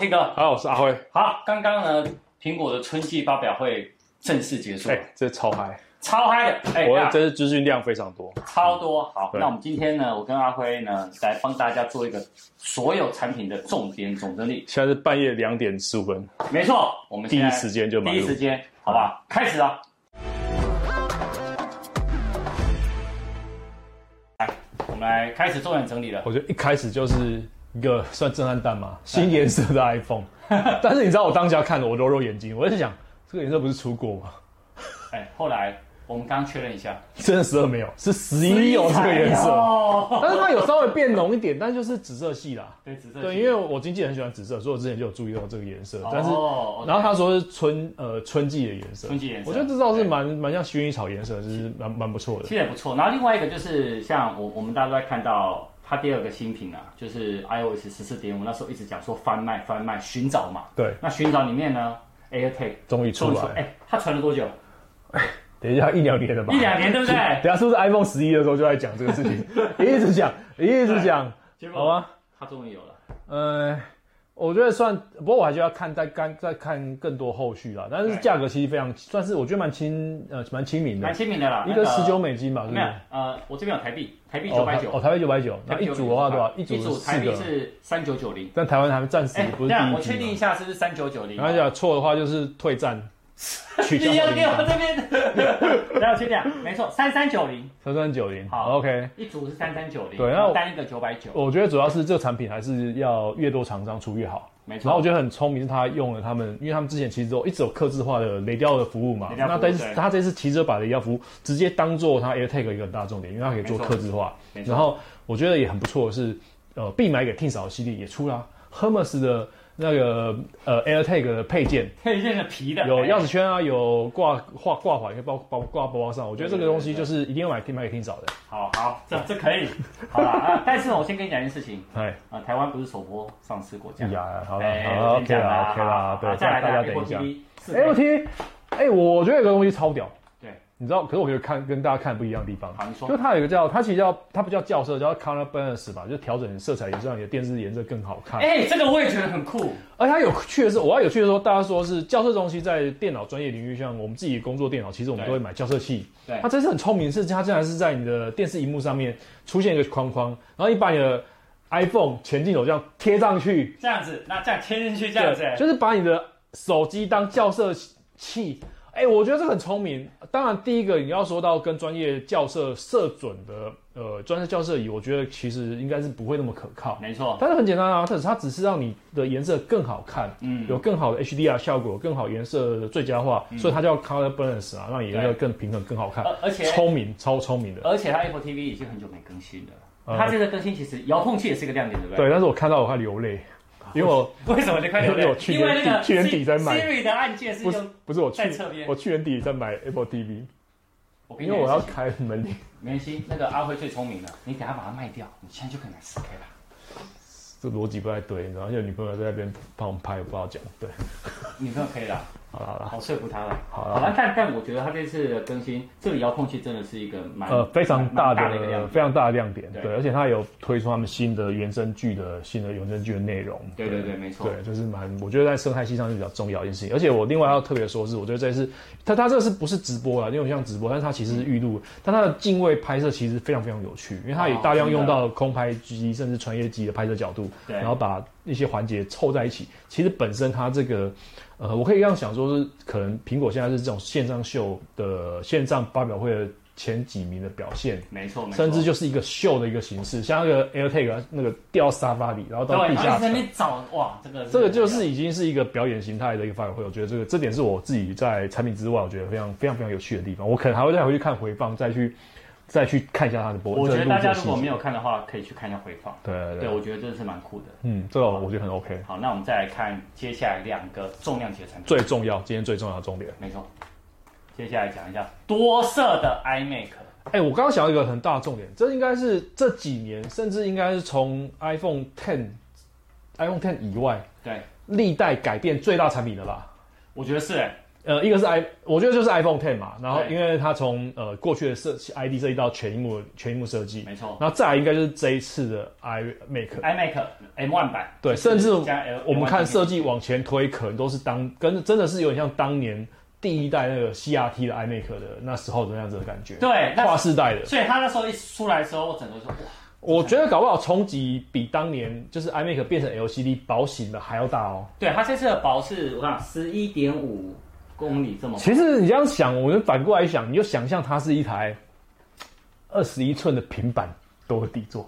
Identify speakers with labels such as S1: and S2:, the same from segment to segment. S1: 听哥，
S2: 好，我是阿辉。
S1: 好，刚刚呢，苹果的春季发表会正式结束，
S2: 哎、这超嗨！
S1: 超嗨的，哎、
S2: 我
S1: 呀
S2: 这资讯量非常多。
S1: 超多。好，
S2: 对
S1: 那我们今天呢，我跟阿辉呢，来帮大家做一个所有产品的重点总整理。
S2: 现在是半夜两点十五分，
S1: 没错，我们
S2: 第
S1: 现在
S2: 一时间就买
S1: 第一
S2: 入嗯
S1: 时。间，好不好？开始啊！来，我们来开始重点整理了。
S2: 我觉得一开始就是一个算震撼弹嘛，新颜色的 iPhone。但是你知道我当下看了，我揉揉眼睛，我在想，这个颜色不是出过吗？
S1: 哎、后来我们刚刚确认一下，
S2: 真的十二没有，是十一有这个颜色。
S1: 哦
S2: 但是它有稍微变浓一点，但就是紫色系啦。
S1: 对，紫色系。
S2: 对，因为我经纪人很喜欢紫色，所以我之前就有注意到这个颜色。但是，
S1: 哦
S2: 然后他说是春呃春季的颜色，
S1: 春季颜色
S2: 我觉得这倒是
S1: 对
S2: 蛮蛮像薰衣草颜色，就是蛮蛮不错的
S1: 其。实也不错。然后另外一个就是像我我们大家都在看到它第二个新品啊，就是 iOS 十四点五，那时候一直讲说翻卖翻卖寻找嘛。
S2: 对，
S1: 那寻找里面呢，AirTag
S2: 终于出
S1: 终于出
S2: 来
S1: 哎、。它传了多久？
S2: 等一下，一两年了吧？
S1: 一 两年，对不对？
S2: 啊等一下是不是 iPhone 十一的时候就在讲这个事情？一直讲，一直讲，
S1: 结
S2: 好啊
S1: 果
S2: 吗？
S1: 它终于有了。
S2: 呃，我觉得算，不过我还就要看再看再看更多后续啦。但是
S1: 对
S2: 价格其实非常，算是我觉得蛮亲呃蛮亲民
S1: 蛮
S2: 的，
S1: 亲民的啦，
S2: 一
S1: 那
S2: 个十九美金吧，是不
S1: 没有
S2: 是？？
S1: 呃，我这边有台币，台币
S2: 哦
S1: 九百九
S2: 哦，，台湾九百九，那
S1: 台
S2: 一
S1: 币990
S2: 组的话多少？
S1: 一
S2: 组
S1: 组
S2: 四
S1: 台币
S2: 个，
S1: 是三九九零。
S2: 但台湾还暂时
S1: 哎，
S2: 不
S1: 这
S2: 是第
S1: 样
S2: 一啊
S1: 我确定一
S2: 批嘛。
S1: 下是不是三九九零？
S2: 然后讲错的话就是退战，取 消
S1: 你要给我
S2: 三
S1: 这边， 然后确定啊，没错，三三九零。
S2: 三九零。
S1: 好
S2: OK，
S1: 一组是三三九零，
S2: 对
S1: 然
S2: 那
S1: 后
S2: 我
S1: 单一个九百九，
S2: 我觉得主要是这个产品还是要越多厂商出越好。
S1: 没
S2: 然后
S1: 错
S2: 我。觉得很聪明，是他用了他们，因为他们之前其实都一直有客制化的雷雕的服务嘛。
S1: 雷雕服务
S2: 那但是
S1: 对
S2: 他这次其实就把雷雕服务直接当做他 AirTag 一个很大重点，因为它可以做
S1: 没错
S2: 客制化。
S1: 没错
S2: 然后我觉得也很不错的是，呃，必买给 T 嫂系列也出啦，Hermes 的那个呃 AirTag 的配件
S1: 配件是皮的，
S2: 有
S1: 哎
S2: 钥匙圈啊，有挂挂挂环，可以包包挂包包上。我觉得这个东西就是一定要买买给 T 嫂的。
S1: 好好，这这可以， 好了啊。但是我先跟你讲一件事情
S2: 哎
S1: 啊，台湾不是首播上市过奖，
S2: 呀，好了，
S1: 哎
S2: 好了
S1: 我
S2: ，OK
S1: 先讲
S2: 啦
S1: 啦
S2: ，OK 啦，对，
S1: 好再来
S2: 大家
S1: 再来
S2: 等一下。
S1: AirPods 四倍
S2: L T，哎，我觉得有个东西超屌，
S1: 对，
S2: 你知道，可是我觉得看跟大家看不一样的地方，
S1: 好，你说
S2: 就它有一个叫它其实叫它不叫校色，叫 color balance 吧，就调整色彩颜色，让你的电视颜色更好看。
S1: 哎，这个我也觉得很酷，
S2: 而它有趣的是，我要有趣的说，大家说是校色东西在电脑专业领域，像我们自己工作电脑，其实我们
S1: 对
S2: 都会买校色器。
S1: 对
S2: 它这次很聪明，是它竟然是在你的电视荧幕上面出现一个框框，然后你把你的 iPhone 前镜头这样贴上去，
S1: 这样子，那这样牵进去这样子，欸
S2: 对，就是把你的手机当校色器。哎、我觉得这个很聪明。当然，第一个你要说到跟专业校色射准的，呃，专业校色仪，我觉得其实应该是不会那么可靠。
S1: 没错，
S2: 但是很简单啊，它只它只是让你的颜色更好看，
S1: 嗯
S2: 有更好的 HDR 效果，更好颜色的最佳化，所以它叫 color balance 啊，让你颜
S1: 对
S2: 色更平衡、更好看。
S1: 而而且
S2: 聪明，超聪明的。
S1: 而且它 Apple TV 已经很久没更新了，
S2: 呃
S1: 它这个更新其实遥控器也是一个亮点，对不哦对？
S2: 对，但是我看到我还流泪，因为我
S1: 对，为什么你快流
S2: 因为
S1: 泪
S2: 我？去
S1: 因为那
S2: 年
S1: 个
S2: 底去年底才买
S1: Siri 的按键是
S2: 不是
S1: 用
S2: 不是我去
S1: 在侧边
S2: 我，去年底在买 Apple TV，
S1: 我跟
S2: 因
S1: 你
S2: 为
S1: 讲
S2: 我
S1: 一件
S2: 要
S1: 事情
S2: 开门铃。
S1: 没关系，那个阿辉最聪明了，你等下把它卖掉，你现在就可以买四 K 了。
S2: 这逻辑不太对，然后有女朋友在那边帮我们拍，我不知道讲。对，
S1: 女朋友可以了，
S2: 好了好了，
S1: 我说服他了。
S2: 好
S1: 好
S2: 了，
S1: 了，但但我觉得他这次的更新，这个遥控器真的是一个蛮
S2: 呃，非常大
S1: 蛮的一个
S2: 的
S1: 亮
S2: 非常大的亮点，
S1: 对
S2: 对，而且它有推出他们新的原声剧的新的原声剧的内容，
S1: 点。对对对，没错。
S2: 对，就是蛮，我觉得在生态系上是比较重要的一件事情。而且我另外要特别说是，我觉得这次它它这个是不是直播啦，因为我像直播，但是它其实是预录，但它的镜位拍摄其实非常非常有趣，因为它也
S1: 哦
S2: 大量
S1: 真的
S2: 用到空拍机甚至穿越机的拍摄角度，
S1: 对
S2: 然后把一些环节凑在一起。其实本身它这个，呃，我可以这样想说是，可能苹果现在是这种线上秀的线上发表会的前几名的表现。
S1: 没错没错。
S2: 甚至就是一个秀的一个形式，像那个 AirTag 啊那个掉到沙发里，然后
S1: 哦对，
S2: 到地
S1: 然后
S2: 下
S1: 一直在哎
S2: 层
S1: 那，边找哇，这个
S2: 这个就是已经是一个表演形态的一个发表会，我觉得这个这点是我自己在产品之外，我觉得非常非常非常有趣的地方。我可能还会再回去看回放，再去再去看一下他的播。
S1: 我觉得大家如果没
S2: 有
S1: 有看的话，可以去看一下回放。
S2: 对对啊
S1: 对，
S2: 对，
S1: 我觉得真的是蛮酷的。
S2: 嗯，这个我觉得很 OK。
S1: 好，那我们再来看接下来两个重量级的产品。
S2: 最重要，今天最重要的重点。
S1: 没错。接下来讲一下多色的 iMac。
S2: 哎，我刚刚想到一个很大的重点，这应该是这几年，甚至应该是从 iPhone Ten、iPhone Ten 以外
S1: 对，
S2: 历代改变最大产品的吧？
S1: 我觉得是哎、
S2: 呃，一个是 i，我觉得就是 iPhone Ten 嘛，然后
S1: 对
S2: 因为它从呃过去的设 ID 设计到全荧幕全荧幕设计，
S1: 没错
S2: 然后再来应该就是这一次的 iMac，
S1: ，iMac M1 版，
S2: 对
S1: 就是
S2: 甚至
S1: 加 L，
S2: 我们看设
S1: 计，
S2: 计往前推，可能都是当跟真的是有点像当年第一代那个 CRT 的 iMac 的那时候的那样子的感觉，
S1: 对，那
S2: 跨世代的。
S1: 所以他那时候一出来的时候，我整个说哇，
S2: 我觉得搞不好冲击比当年就是 iMac 变成 LCD 薄型的还要大哦。
S1: 对，它这次的薄是我看十一点五公里这么薄，
S2: 其实你这样想，我们反过来想，你就想象它是一台二十一寸的平板多底座，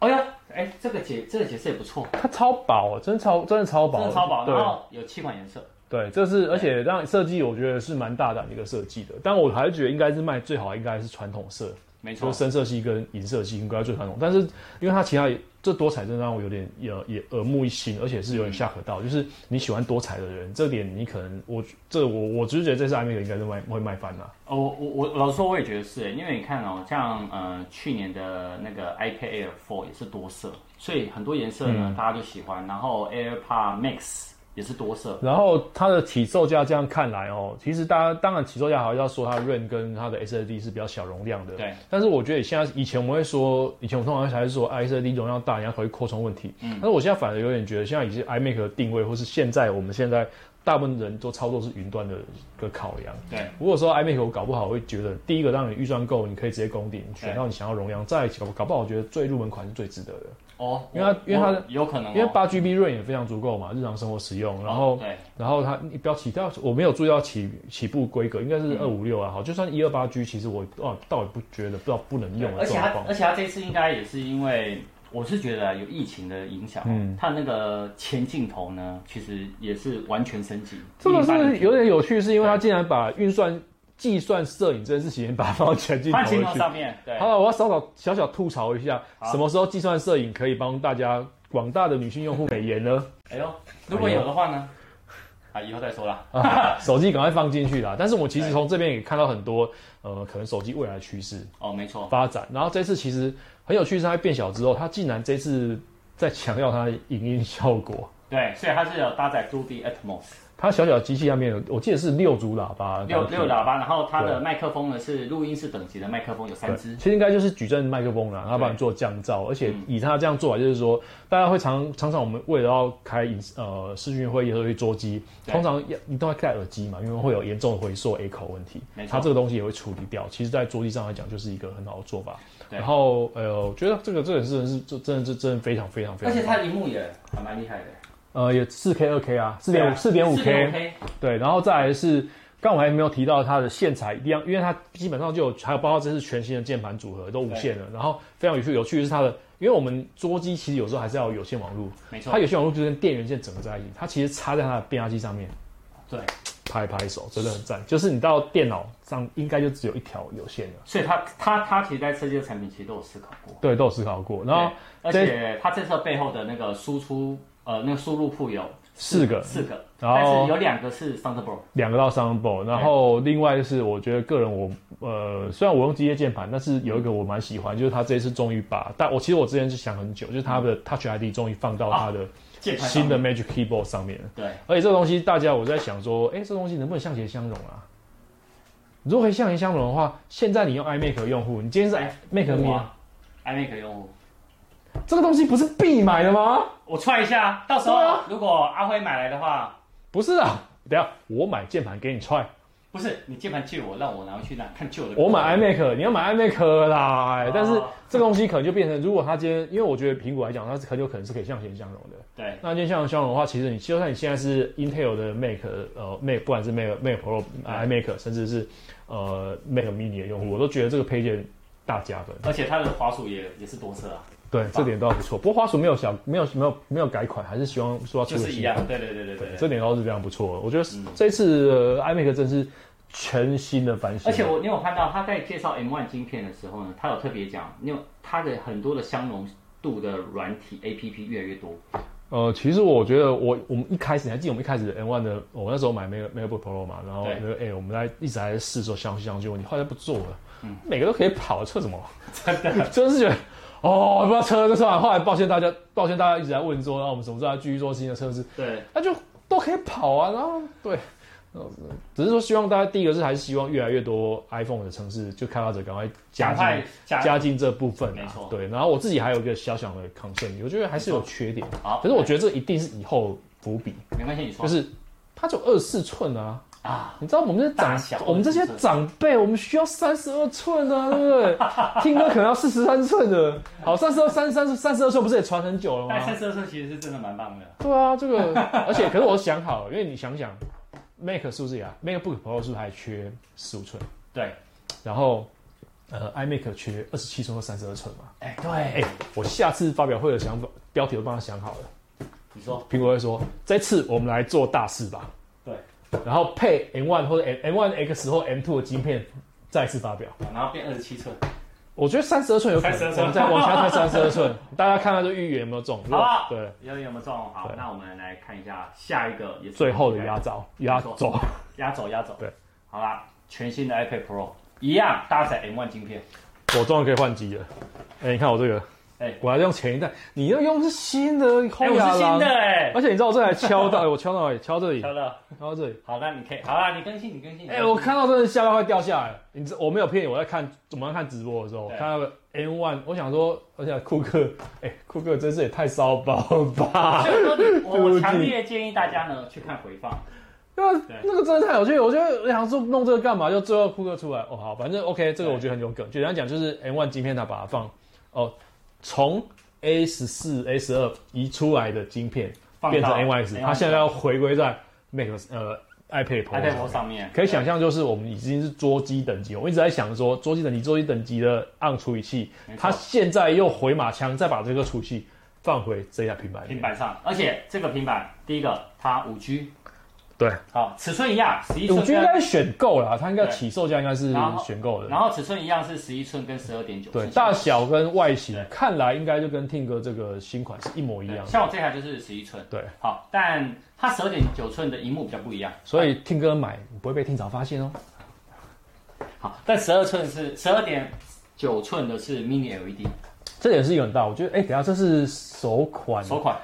S1: 哦呀，哎，这个解这个解释也不错，
S2: 它超薄，哦真超真的超薄，
S1: 真的超薄，
S2: 对
S1: 然后有七款颜色，
S2: 对，这是而且让设计，我觉得是蛮大胆的一个设计的。但我还是觉得应该是卖最好，应该是传统色，
S1: 没
S2: 就
S1: 错
S2: 是，深色系跟银色系应该最传统。但是因为它其他也这多彩，真的让我有点也也耳目一新，而且是有点下可道。就是你喜欢多彩的人，这点你可能我这我我只是觉得这次 iMac 应该是卖会卖翻啦、
S1: 哦，我我我老实说，我也觉得是，因为你看哦，像呃去年的那个 iPad Air 4也是多色，所以很多颜色呢、
S2: 嗯
S1: 大家就喜欢，然后 AirPod Max 也是多色，
S2: 然后它的起售价这样看来哦，其实大家当然起售价还是要说它 RAM 跟它的 SSD 是比较小容量的。
S1: 对。
S2: 但是我觉得现在以前我们会说，以前我们通常还是说啊 SSD 容量大，你要考虑扩充问题。嗯。但是我现在反而有点觉得，现在已经 iMac 的定位，或是现在我们现在大部分人都操作是云端的一个考量。
S1: 对，
S2: 如果说 iMac 我搞不好，我会觉得第一个让你预算够，你可以直接攻顶，选到你想要容量。再搞搞不好，我觉得最入门款是最值得的。
S1: 哦，
S2: 因为它
S1: 我
S2: 因为它
S1: 我有可能、哦，
S2: 因为八 GB 润也非常足够嘛，日常生活使用。然后
S1: 哦，对，
S2: 然后它你不要起到，我没有注意到起起步规格，应该是二五六啊，好，就算一二八 G，其实我哦倒也不觉得不知道不能用
S1: 对
S2: 的
S1: 而且
S2: 状
S1: 它
S2: 况。
S1: 而且它这次应该也是因为。我是觉得啊有疫情的影响，嗯，它那个前镜头呢，其实也是完全升级。
S2: 这个
S1: 一般的
S2: 是有点有趣，是因为它竟然把运算、计算、摄影这件事情把它放到全镜头
S1: 放镜头
S2: 去。
S1: 上面，对，
S2: 好了，我要稍稍小小吐槽一下，什么时候计算摄影可以帮大家广大的女性用户美颜 呢？
S1: 哎呦，如果有的话呢？啊，以后再说啦。
S2: 啊，手机赶快放进去啦！但是我其实从这边也看到很多，呃，可能手机未来的趋势。
S1: 哦，没错，
S2: 发展。然后这次其实很有趣，是它变小之后，它竟然这次在强调它的影音效果。
S1: 对，所以它是有搭载 Dolby Atmos
S2: 它小小机器上面有，我记得是六组喇叭，
S1: 六六喇叭，然后它
S2: 对
S1: 的麦克风呢是录音室等级的麦克风，有三
S2: 对
S1: 支。
S2: 其实应该就是矩阵麦克风啦，然后帮你做降噪，而且
S1: 嗯
S2: 以它这样做法，就是说，大家会常常常我们为了要开影呃视讯会议或者桌机，
S1: 对
S2: 通常要你都会戴耳机嘛，因为会有严重的回缩 echo 问题
S1: 没，错
S2: 它这个东西也会处理掉。其实，在桌机上来讲，就是一个很好的做法。
S1: 对
S2: 然后呃，我觉得这个这个真的是就真的是真的非常非常非
S1: 而
S2: 常棒，
S1: 且它的荧幕也还蛮厉害的，
S2: 呃，也四 K、二 K 啊，四点四点五 K，
S1: K，
S2: 对，然后再来是，刚我还没有提到它的线材一样，因为它基本上就有，还有包括这是全新的键盘组合都无线的，然后非常有趣，有趣的是它的，因为我们桌机其实有时候还是要有有线网络，
S1: 没错
S2: 它，有线网络就跟电源线整合在一起，它其实插在它的变压器上面，
S1: 对，
S2: 拍拍手，真的很赞，就是你到电脑上应该就只有一条有线的，
S1: 所以它它它其实在设计的产品其实都有思考过，
S2: 对，都有思考过，然后
S1: 对，而且它这次背后的那个输出呃那个输入库有
S2: 四个，
S1: 四个，
S2: 然后
S1: 但是有两个是 Thunderbolt，
S2: 两个到 s o u n d b o a 然后另外就是我觉得个人我呃，虽然我用机械键盘，但是有一个我蛮喜欢，就是它这一次终于把，但我其实我之前是想很久，就是它的 Touch ID 终于放到它的
S1: 键盘上
S2: 新的 Magic Keyboard 上面了。
S1: 对，
S2: 而且这个东西大家我在想说，哎，这个东西能不能相协相容啊？如果可以相协相容的话，现在你用 iMac 的用户，你今天是 iMac 的
S1: 我
S2: mini，
S1: 啊，iMac 用户。
S2: 这个东西不是必买的吗？
S1: 我踹一下，到时
S2: 对
S1: 候
S2: 啊
S1: 如果阿辉买来的话，
S2: 不是啊，等一下我买键盘给你 try，
S1: 不是你键盘借我，让我拿回去拿看旧的。
S2: 我买 iMac，你要买 iMac 啦、哎
S1: 哦
S2: 但是这个东西可能就变成，如果它今天，因为我觉得苹果来讲，它是很有可能是可以向前相容的。
S1: 对
S2: 那今天向前相容的话，其实你就算你现在是 Intel 的 Mac，呃，Mac 不管是 Mac Mac Pro、
S1: 对
S2: iMac，甚至是呃 Mac Mini 的用户，我都觉得这个配件大加分。
S1: 而且它的滑鼠也也是多色啊，
S2: 对，这点倒不错。不过花鼠没有小，没有没有没有改款，还是希望说要出
S1: 就
S2: 个
S1: 是一
S2: 新
S1: 样。对对对对对
S2: 对，
S1: 对。
S2: 这点倒是非常不错。我觉得这次、呃 iMac 真是全新的翻新，
S1: 而且我你有看到他在介绍 M1 晶片的时候呢，他有特别讲，因为它的很多的相容度的软体 APP 越来越多。
S2: 呃，其实我觉得我我们一开始，你还记得我们一开始 N One 的，我那时候买 Mac MacBook Pro 嘛，然后
S1: 对
S2: 那个哎、我们在一直还在试说相相机问题，后来不做了，
S1: 嗯
S2: 每个都可以跑，测什么？ 真的，真是觉得哦，不知道测这测完，后来抱歉大家，抱歉大啊家一直在问说，那我们什么时候要继续做新的测试？
S1: 对，
S2: 那就都可以跑啊，然后对，只是说希望大家第一个是还是希望越来越多 iPhone 的城市就开发者赶快加
S1: 加
S2: 进
S1: 快加
S2: 加进这部分
S1: 没
S2: 啊
S1: 错，
S2: 对。然后我自己还有一个小小的 concern，我觉得还是有缺点，
S1: 好，
S2: 可是我觉得这一定是以后伏笔，
S1: 没关系，你说
S2: 就是它就二十四寸啊，
S1: 哦啊，
S2: 你知道我们这些
S1: 大小
S2: 长，我们这些
S1: 是不是
S2: 长辈，我们需要三十二寸啊，对不对？听歌可能要四十三寸的，好，三十二、三三、三十二寸不是也传很久了
S1: 但
S2: 吗
S1: 三？十二寸其实是真的蛮棒的，
S2: 对啊，这个，而且可是我想好了，因为你想想，Mac 是不是也啊，MacBook Pro 是不是还缺十五寸？
S1: 对，
S2: 然后，呃，iMac 缺二十七寸或三十二寸嘛？
S1: 哎
S2: 哎、
S1: 对，
S2: 我下次发表会的想法标题都帮他想好了。
S1: 你说
S2: 苹果会说：“这次我们来做大事吧。”
S1: 对，
S2: 然后配 M One 或者 M M One X 或 M Two 的晶片再次发表。
S1: 然后变二十七寸，
S2: 我觉得三十二寸有可能，
S1: 32寸
S2: 我们再往下看三十二寸， 大家看看这预言有没有中？
S1: 好啊
S2: 对，
S1: 有有没有中？好，
S2: 对
S1: 那我们来看一下下一个，也是
S2: 最后的压轴，压
S1: 没
S2: 轴
S1: 错。压轴压轴，
S2: 对，
S1: 好啦，全新的 iPad Pro 一样搭载 M1 晶片，
S2: 我终于可以换机了。哎、你看我这个，
S1: 哎
S2: 我还是用前一代，你要用的是新的
S1: 哎，
S2: 空
S1: 我
S2: 雅
S1: 是新
S2: 郎
S1: 的，哎，
S2: 而且你知道我这还敲到，哎我敲到哪里？敲这里，
S1: 好了，
S2: 敲到这里。
S1: 好，那你可以，好啦，你更新，你更新，
S2: 哎、我看到真的下巴快掉下来了。你知我没有骗你，我在看我们在看直播的时候，我
S1: 对
S2: 看到个 N One，我想说，而且库克，哎、库克真是也太骚包了吧？
S1: 所以说你，我
S2: 对不
S1: 我
S2: 起
S1: 强烈建议大家呢去看回放，
S2: 那
S1: 对
S2: 啊那个真的太有趣，我觉得我想说弄这个干嘛？就最后库克出来，哦好，反正 OK，这个
S1: 对
S2: 我觉得很有梗。简单讲就是 N One 晶片它把它放哦，从 A 十四、A 十二移出来的晶片
S1: 放
S2: 变成
S1: 到
S2: N One X，它现在要回归在 Mac 呃 iPad Pro 上
S1: iPad Pro 上面，
S2: 可以想象，就是我们已经是捉鸡等级。我一直在想说，捉鸡等级、捉鸡等级的 on 处理器，
S1: 没错
S2: 它现在又回马枪，再把这个处理器放回这台平板里面。
S1: 平板上，而且这个平板，第一个它五 G，
S2: 对，
S1: 好，尺寸一样，十一
S2: 我
S1: 寸
S2: 觉得应
S1: 跟，
S2: 该选购啦，它应该
S1: 对
S2: 起售价应该是
S1: 然后
S2: 选购的。
S1: 然后尺寸一样是十一寸跟十二点九，
S2: 对，大小跟外形
S1: 对
S2: 看来应该就跟 Ting 哥这个新款是一模一
S1: 对
S2: 样的，
S1: 像我这台就是十一寸，
S2: 对，
S1: 好，但它十二点九寸的荧幕比较不一样，
S2: 所以 Ting 哥买你不会被 Ting 嫂发现哦。
S1: 好，但十二寸是十二点九寸的是 Mini E LED
S2: 这也是一个很大，我觉得哎，等一下这是首款
S1: 首款，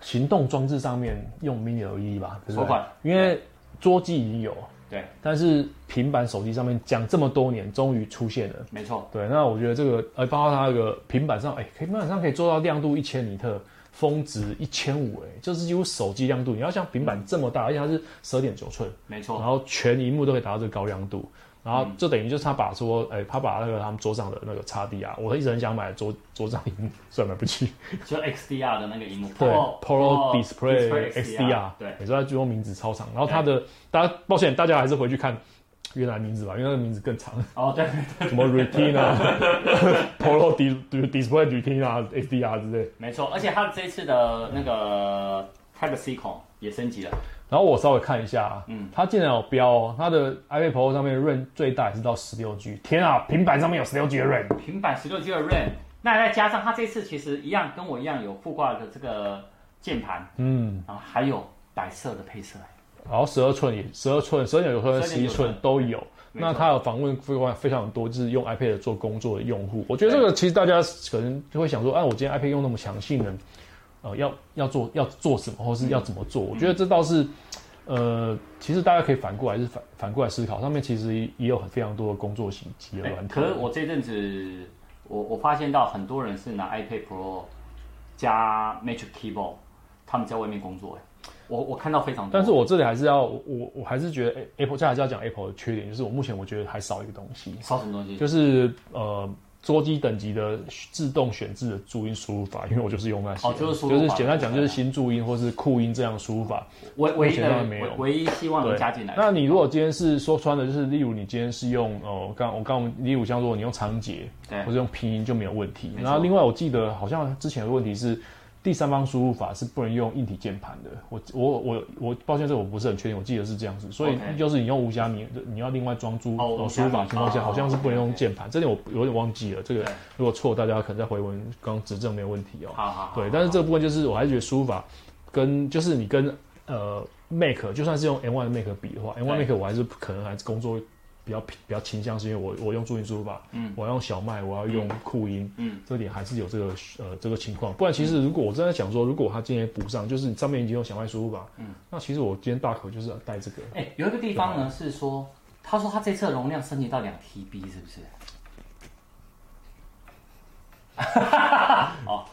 S2: 行动装置上面用 Mini LED 吧，对不对
S1: 首款
S2: 因为桌机已经有，
S1: 对，
S2: 但是平板手机上面讲这么多年，终于出现了。
S1: 没错，
S2: 对，那我觉得这个呃，包括它那个平板上，哎、可以平板上可以做到亮度一千尼特，峰值一千五，哎，就是几乎手机亮度。你要像平板这么大，而且它是十二点九寸，
S1: 没错
S2: 然，后全荧幕都可以达到这个高亮度，然
S1: 嗯
S2: 后就等于就是他把说，哎、他把那个他们桌上的那个叉 D 啊，我一直很想买的桌桌上荧幕，虽然买不起，
S1: 就 XDR 的那个荧幕哦
S2: 对
S1: Pro-
S2: ，Pro
S1: Pro
S2: 哦 Display
S1: XDR，
S2: XDR，
S1: 对，
S2: 也是在中名字超长。然后它的，大家抱歉，大家还是回去看原来名字吧，因为那个名字更 长，
S1: 哦对，
S2: 什么 Retina、Pro Dis Display Retina XDR 之类。
S1: 没错，而且它这次的那个 Type C 孔也升级了，
S2: 然后我稍微看一下，
S1: 嗯
S2: 嗯，它竟然有标、哦，它的 iPad Pro 上面的 RAM 最大也是到十六 G，天啊，平板上面有十六 G 的 RAM，
S1: 平板十六 G 的 RAM，那再加上它这次其实一样跟我一样有附挂的这个键盘，
S2: 嗯，
S1: 然后还有白色的配色，
S2: 然后十二寸也十二寸、十二点九寸、十一
S1: 12.9
S2: 寸
S1: 寸嗯
S2: 都有。
S1: 没错
S2: 那他有访问非常非常多，就是用 iPad 做工作的用户。我觉得这个其实大家可能就会想说，啊，我今天 iPad 用那么强性能，呃，要要做要做什么，或
S1: 嗯
S2: 是要怎么做？我觉得这倒是，呃，其实大家可以反过来是反反过来思考，上面其实也有很非常多的工作型企业
S1: 哎
S2: 软体
S1: 可。是我这阵子，我我发现到很多人是拿 iPad Pro 加 Magic Keyboard，他们在外面工作、哎，我我看到非常多。
S2: 但是我这里还是要，我我我还是觉得哎 Apple，这还是要讲 Apple 的缺点，就是我目前我觉得还少一个东西，
S1: 少什么东西？
S2: 就是呃桌机等级的自动选字的注音输入法，因为我就是用那些，
S1: 哦就是输入法啊
S2: 简单讲就是新注音或是酷音这样输入法。
S1: 唯唯一
S2: 目前
S1: 的
S2: 还没有
S1: 唯唯一希望能加进来。
S2: 那你如果今天是说穿的，就是例如你今天是用哦，我刚我刚我们例如像说你用长节
S1: 对
S2: 或者用拼音就没有问题。
S1: 没错
S2: 然后另外我记得好像之前有个问题是。第三方输入法是不能用硬体键盘的，我我我我抱歉，这我不是很确定，我记得是这样子，所以
S1: OK
S2: 就是你用无虾米，你要另外装出
S1: 哦无
S2: 哦输
S1: 虾米
S2: 入法情况下，
S1: 哦
S2: 好像是不能用键盘，这点我有点忘记了，这个
S1: 对
S2: 如果错，大家可能再回文刚指正没有问题哦。
S1: 好好好，
S2: 对，但是这部分就是我还是觉得输入法跟就是你跟呃 Make 就算是用 M1 的 Make 比的话，M1
S1: 对
S2: Make 我还是可能还是工作比较比较倾向是因为我我用注音输入法，嗯，我要用小麦，我要用酷音，
S1: 嗯，
S2: 这点还是有这个呃这个情况。不然其实如果我真的想说，如果他今天补上，就是上面已经有小麦输入法，嗯，那其实我今天大可就是要带这个，
S1: 哎、有一个地方呢是说，他说他这次的容量升级到两 TB，是不是？哦，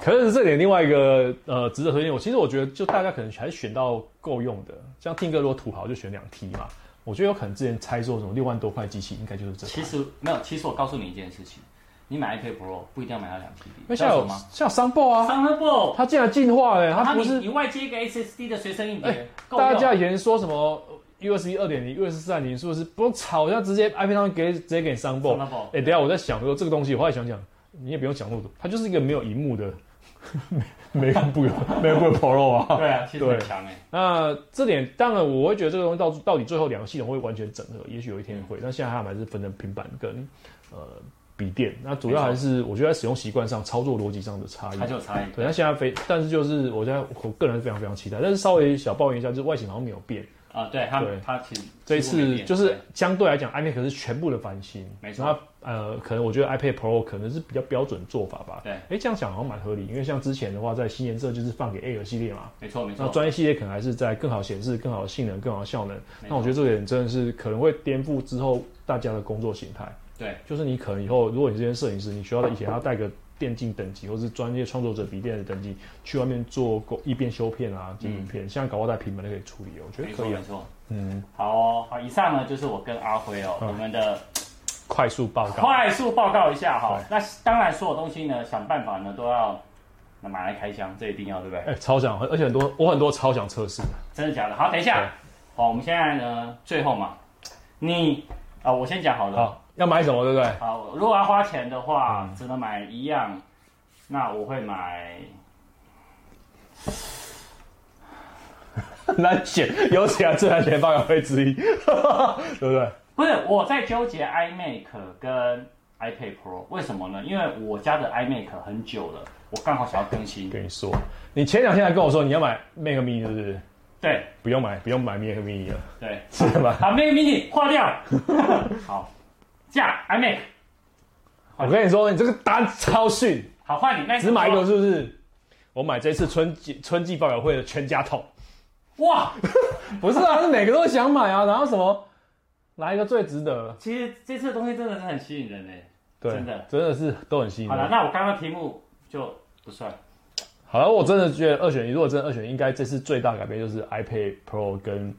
S2: 可是这点另外一个呃值得推荐，我其实我觉得就大家可能还是选到够用的，像听歌如果土豪就选两 T 嘛，我觉得有可能之前猜说什么六万多块机器应该就是这款，
S1: 其实没有，其实我告诉你一件事情，你买 iPad Pro 不一定要买到两 TB，
S2: 因为像有
S1: 吗
S2: 像有商报啊，
S1: ？Thunderbolt，
S2: 它竟然进化了、它
S1: 然后
S2: 不
S1: 你
S2: 是哎
S1: 你外接一个 SSD 的随身硬碟，够
S2: 大家
S1: 用。
S2: 以前说什么 USB 二点零、USB 四点零，是不是不用吵，要直接 iPad 上面给直接给你上报？哎、
S1: Thunderbolt
S2: 等一下我在想说这个东西，我后来想想，你也不用想那么多，它就是一个没有荧幕的 没没不没有 Pro 啊。
S1: 对啊，其实
S2: 对
S1: 很强哎、
S2: 那这点当然，我会觉得这个东西到到底最后两个系统会完全整合，也许有一
S1: 嗯
S2: 天会。但现在他们还是分成平板跟呃笔电，那主要还是我觉得在使用习惯上、操作逻辑上的差异
S1: 它。就有差异。
S2: 对，那现在非，但是就是我现在我个人非常非常期待，但是稍微小抱怨一下，就是外形好像没有变。
S1: 啊，对，它
S2: 对
S1: 它其实
S2: 这一
S1: 几乎没
S2: 次
S1: 变
S2: 就是
S1: 对
S2: 相对来讲，iMac 是全部的翻新，
S1: 没错
S2: 那呃，可能我觉得 iPad Pro 可能是比较标准做法吧。
S1: 对
S2: 哎，这样讲好像蛮合理，因为像之前的话，在新颜色就是放给 Air 系列嘛，
S1: 没错没
S2: 那
S1: 错，
S2: 专业系列可能还是在更好显示、更好的性能、更好的效能。
S1: 没错
S2: 那我觉得这点真的是可能会颠覆之后大家的工作形态。
S1: 对，
S2: 就是你可能以后，如果你是间摄影师，你需要以前要带个电竞等级，或是专业创作者笔电的等级，去外面做工一边修片啊、剪影片，像搞不好带平板都可以处理哦，我觉
S1: 没
S2: 得
S1: 错
S2: 可
S1: 嗯没
S2: 以啊。
S1: 错。
S2: 嗯，
S1: 好哦，好，以上呢就是我跟阿辉哦，我们的
S2: 快速报告。
S1: 快速报告一下哈
S2: 对。
S1: 那当然，所有东西呢，想办法呢都要买来开箱，这一定要对不对？
S2: 哎、超想，而且很多我很多超想测试的。
S1: 真的假的？好，等一下
S2: 对，
S1: 好，我们现在呢最后嘛，你啊、我先讲好了。
S2: 好，嗯要买什么，对不对？
S1: 好，如果要花钱的话，只能买一样，那我会买。
S2: 难选，有啊史以来最难选的报告会之一， 对不对？
S1: 不是，我在纠结 iMac 跟 iPad Pro，为什么呢？因为我家的 iMac 很久了，我刚好想要更新。
S2: 跟你说，你前两天还跟我说你要买 Mac Mini，是不是？
S1: 对
S2: 不用买，不用买 Mac Mini 了，
S1: 对，
S2: 是吧？
S1: 把 Mac Mini 划掉。 好，这样 iMac
S2: 我跟你说，你这个单超逊，
S1: 好换你，那
S2: 只买一个是不是？我买这次春季春季发表会的全家桶，
S1: 哇！
S2: 不是啊，是每个都想买啊，然后什么，哪一个最值得？
S1: 其实这次的东西真的是很吸引人诶。
S2: 对，
S1: 真的
S2: 真的是都很吸引
S1: 好了，
S2: 人。
S1: 那我刚刚题目就不算。
S2: 好了，我真的觉得二选一，如果真的二选一，应该这次最大改变就是 iPad Pro 跟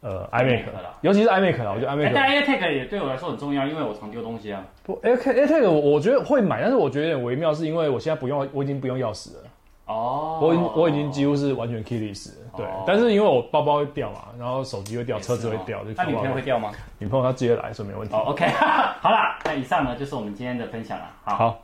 S2: 呃 iMac，
S1: iMac 啦
S2: 尤其是 iMac 啦，我觉得
S1: 哎
S2: iMac
S1: 但 AirTag 也对我来说很重要，因为我常丢东西啊。
S2: 不 Air Air Tag 我我觉得会买，但是我觉得有点微妙，是因为我现在不用，我已经不用钥匙了，
S1: 哦，
S2: 我已经我已经几乎是完全 keyless 了对
S1: 哦，
S2: 但是因为我包包会掉嘛，然后手机会掉，
S1: 也是哦
S2: 车子会掉，就
S1: 那女朋
S2: 搞不
S1: 友
S2: 好
S1: 会哦掉吗？
S2: 女朋友她直接来，所以没问题。
S1: 哦，OK，好啦，那以上呢就是我们今天的分享了。好，
S2: 好，